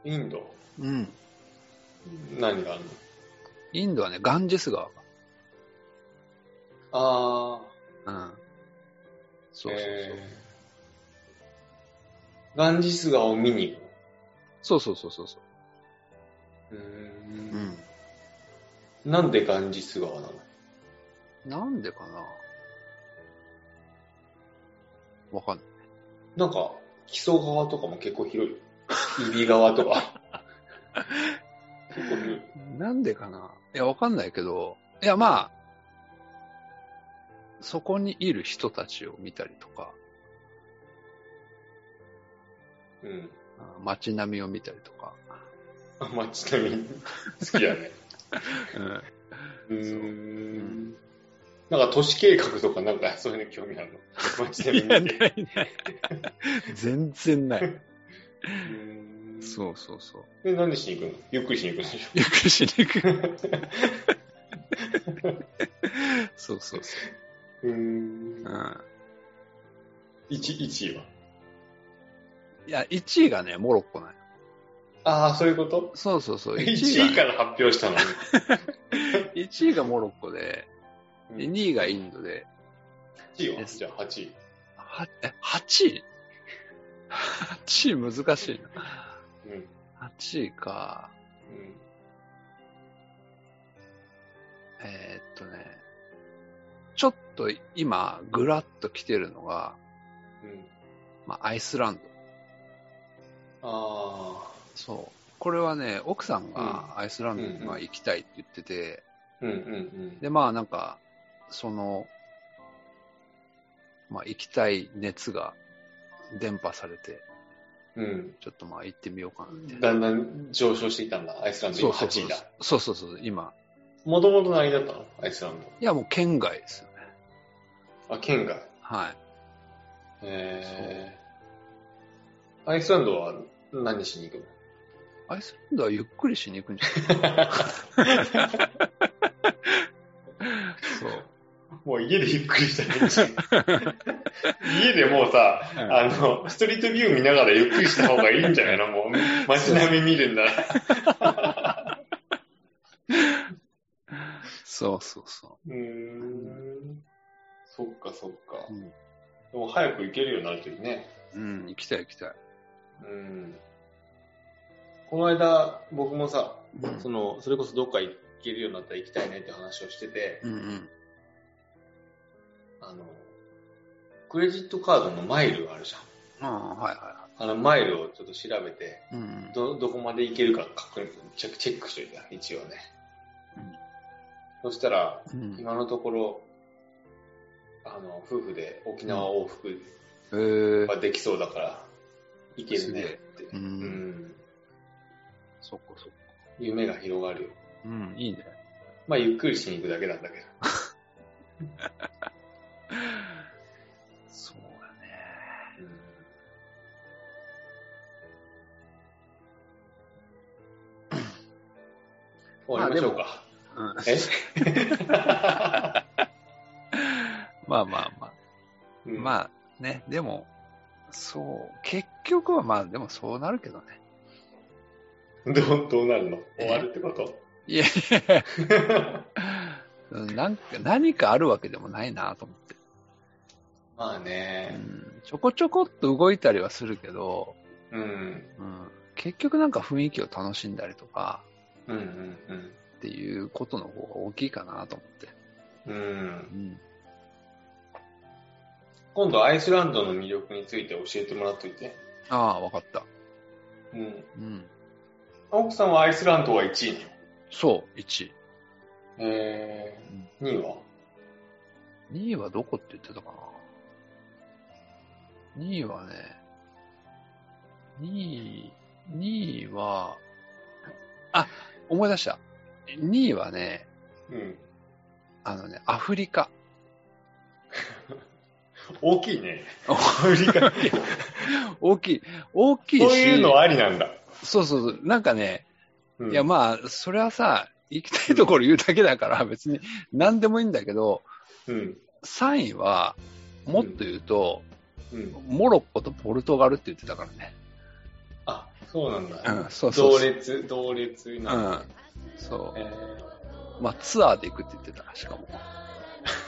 Speaker 3: インド
Speaker 2: なうん。
Speaker 3: 何があるの
Speaker 2: インドはね、ガンジス川が。
Speaker 3: ああ、
Speaker 2: うん。そうそうそう。
Speaker 3: えーガンジス川を見に行
Speaker 2: そうそうそうそうそう。
Speaker 3: く。う
Speaker 2: うんん。
Speaker 3: なんでガンジス川なの
Speaker 2: なんでかなわかんない。
Speaker 3: なんか、木曽川とかも結構 広いよ。揖斐川と か。結構広い。
Speaker 2: なんでかないや、わかんないけど、いや、まあ、そこにいる人たちを見たりとか、
Speaker 3: うん。
Speaker 2: あ街並みを見たりとか。
Speaker 3: あ、まあ、ちなみに、好きや ね。
Speaker 2: うん
Speaker 3: うーん。なんか都市計画とかなんかそういうの興味あるの街で見
Speaker 2: いや
Speaker 3: て。
Speaker 2: ないない。全然ない。
Speaker 3: うーん
Speaker 2: そうそうそう。
Speaker 3: え、なんでしに行くのゆっくりしに行くんでしょ
Speaker 2: ゆっくりしに 行く。そうそうそう
Speaker 3: ーん
Speaker 2: う。うん。
Speaker 3: 一1位はい
Speaker 2: や、1位がね、モロッコなんよ
Speaker 3: ああ、そういうこと
Speaker 2: そうそう そう。1
Speaker 3: ?1
Speaker 2: 位
Speaker 3: 位
Speaker 2: が
Speaker 3: か
Speaker 2: ね、
Speaker 3: ら発表したのに。
Speaker 2: 1位がモロッコで、で
Speaker 3: うん
Speaker 2: 2位がインドで、
Speaker 3: 1位はじゃあ8位。
Speaker 2: はえ、8位 ?8 位難しい
Speaker 3: うん。うん
Speaker 2: な。8位か。えーっとね、ちょっと今、ぐらっと来てるのが、
Speaker 3: うん。
Speaker 2: まあ、アイスランド。
Speaker 3: あ
Speaker 2: そう。これはね、奥さんがアイスランドにまあ行きたいって言ってて、
Speaker 3: あ。うんうんうん。
Speaker 2: で、まあなんか、その、まあ行きたい熱が伝播されて、
Speaker 3: うん。
Speaker 2: ちょっとまあ行ってみようかなみたいな。
Speaker 3: だんだん上昇してきたんだ。アイスランド
Speaker 2: そう
Speaker 3: 今
Speaker 2: そうそ
Speaker 3: 8
Speaker 2: う
Speaker 3: 位だ。。
Speaker 2: そうそうそう、今。
Speaker 3: もともと何位だったのアイスラン
Speaker 2: いや、もう県外ですよね。
Speaker 3: ド。あ、県外。
Speaker 2: はい。
Speaker 3: えー、アイスランドは何しに行くの
Speaker 2: アイスランドはゆっくりしに行くんじ ゃないそう。
Speaker 3: もう家でゆっくりしたらいいし 家でもうさ、
Speaker 2: うん
Speaker 3: あの、ストリートビュー見ながらゆっくりした方がいいんじゃないの もう、街並み見るんだら。
Speaker 2: そうそうそう
Speaker 3: ーん。そっかそっか
Speaker 2: う。う。ん、
Speaker 3: でも早く行けるようになるといいね。
Speaker 2: うん、行きたい行きたい。
Speaker 3: うん。この間、僕もさ
Speaker 2: うん、
Speaker 3: その、それこそどっか行けるようになったら行きたいねって話をしてて、
Speaker 2: うんうん。
Speaker 3: あの、クレジットカードのマイルがあるじゃん。
Speaker 2: うん、はいは
Speaker 3: あの、マイルをちょっと調べて、
Speaker 2: いはい。うんうん。
Speaker 3: ど、どこまでいけるか確認、チェックチェックしといた、一応ね。
Speaker 2: うん
Speaker 3: そしたら、
Speaker 2: うん、
Speaker 3: 今のところ、あの、夫婦で沖縄往復
Speaker 2: えー、
Speaker 3: はできそうだから、いけるねって。
Speaker 2: う、
Speaker 3: うんん。
Speaker 2: そっかそっか。
Speaker 3: 夢が広がるよ。
Speaker 2: うん、いいね。
Speaker 3: まあ、ゆっくりしに行くだけなんだけど。
Speaker 2: そう
Speaker 3: 終わりましょうか。
Speaker 2: だね。
Speaker 3: え
Speaker 2: まあまあまあ。
Speaker 3: う ん
Speaker 2: まあね、でも、そう、結局はまあでもそうなるけどね。
Speaker 3: どう、どうなるの終わるってこと
Speaker 2: いやいやうんなんか何かあるわけでもないなと思って、
Speaker 3: まあ
Speaker 2: う
Speaker 3: ね。
Speaker 2: ん。ちょこちょこっと動いたりはするけど、
Speaker 3: うん。
Speaker 2: うん、結局なんか雰囲気を楽しんだりとか
Speaker 3: うんうんうん。
Speaker 2: っていうことの方が大きいかなと思って。
Speaker 3: うん、
Speaker 2: うん、
Speaker 3: 今度アイスランドの魅力について教えてもらっといて、
Speaker 2: ああ、わかった。
Speaker 3: うん、
Speaker 2: うん、
Speaker 3: 奥さんはアイスランドが1位に
Speaker 2: そう、1位。
Speaker 3: えー、2位は
Speaker 2: 2位はどこって言ってたかな ?2 位はね、2位、2位は、あ、思い出した。2位はね、
Speaker 3: うん
Speaker 2: あのね、アフリカ。
Speaker 3: 大きいねアフリ カ
Speaker 2: 大きい、大きいし。
Speaker 3: そういうのありなんだ、
Speaker 2: そうそうそうなんかね、
Speaker 3: うん
Speaker 2: いやまあ、それはさ、行きたいところ言うだけだから、別に何でもいいんだけど、
Speaker 3: うん
Speaker 2: 3位は、もっと言うと、
Speaker 3: うん、
Speaker 2: モロッコとポルトガルって言ってたからね。
Speaker 3: あそうなん
Speaker 2: う
Speaker 3: だ、
Speaker 2: ん、そうそうそう。
Speaker 3: 同列同列なんだ、
Speaker 2: そ
Speaker 3: え
Speaker 2: う。まあ、ツアーで行くって言ってた、しかも。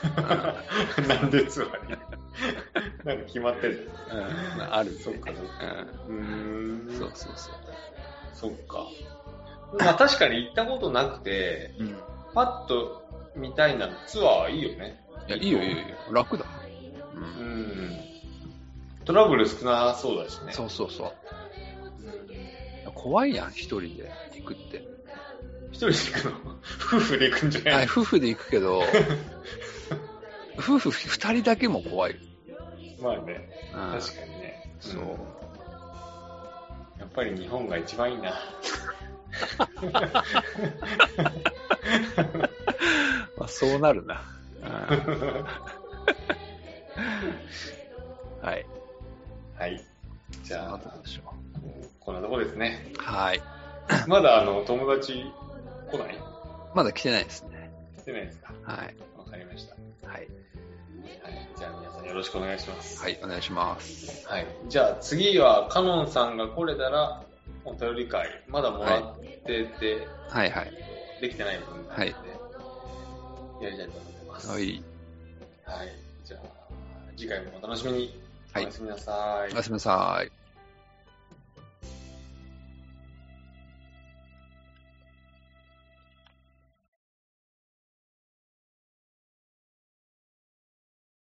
Speaker 3: ーなんでつまり なんか決まってる
Speaker 2: うん、あるんで
Speaker 3: そっかそっか
Speaker 2: う
Speaker 3: うー
Speaker 2: ん。
Speaker 3: ん
Speaker 2: そうそうそう。
Speaker 3: そっかまあ確かに行ったことなくて
Speaker 2: うん。い
Speaker 3: パッと見たいなツアーいいよね
Speaker 2: や、いいよ、いいよ、いいよ。楽だ。う。
Speaker 3: うんんトラブル少なそうだしね。
Speaker 2: そうそうそう。
Speaker 3: うん
Speaker 2: 怖いやん、一人で行くって。
Speaker 3: 一人で行くの夫婦で行くんじゃな
Speaker 2: はいい、夫婦で行くけ ど、夫婦二人だけも怖いよ。
Speaker 3: まあね、
Speaker 2: うん。
Speaker 3: 確かにね。
Speaker 2: そう。
Speaker 3: やっぱり日本が一番いいな。
Speaker 2: まあ、そうなるな。 うんはい。
Speaker 3: はい。じ
Speaker 2: そん
Speaker 3: ゃ
Speaker 2: な
Speaker 3: あ
Speaker 2: と、こでしょ
Speaker 3: うんこんなとこですね。
Speaker 2: う。はい。
Speaker 3: まだあの、友達来ない
Speaker 2: まだ来てないですね。
Speaker 3: 来てないですか
Speaker 2: はい。
Speaker 3: わかりました。
Speaker 2: はい。
Speaker 3: はい。じゃあ皆さんよろしくお願いします。
Speaker 2: はい、お願いします。
Speaker 3: はい。じゃあ次は、カノンさんが来れたら、お便り会、まだもらってて、
Speaker 2: はいはい。
Speaker 3: できてない分があるので、やりたいと思ってます。
Speaker 2: は。い。
Speaker 3: はい。じゃあ、次回もお楽しみに。
Speaker 2: はい
Speaker 3: おやすみなさい
Speaker 2: おや。すみなさい。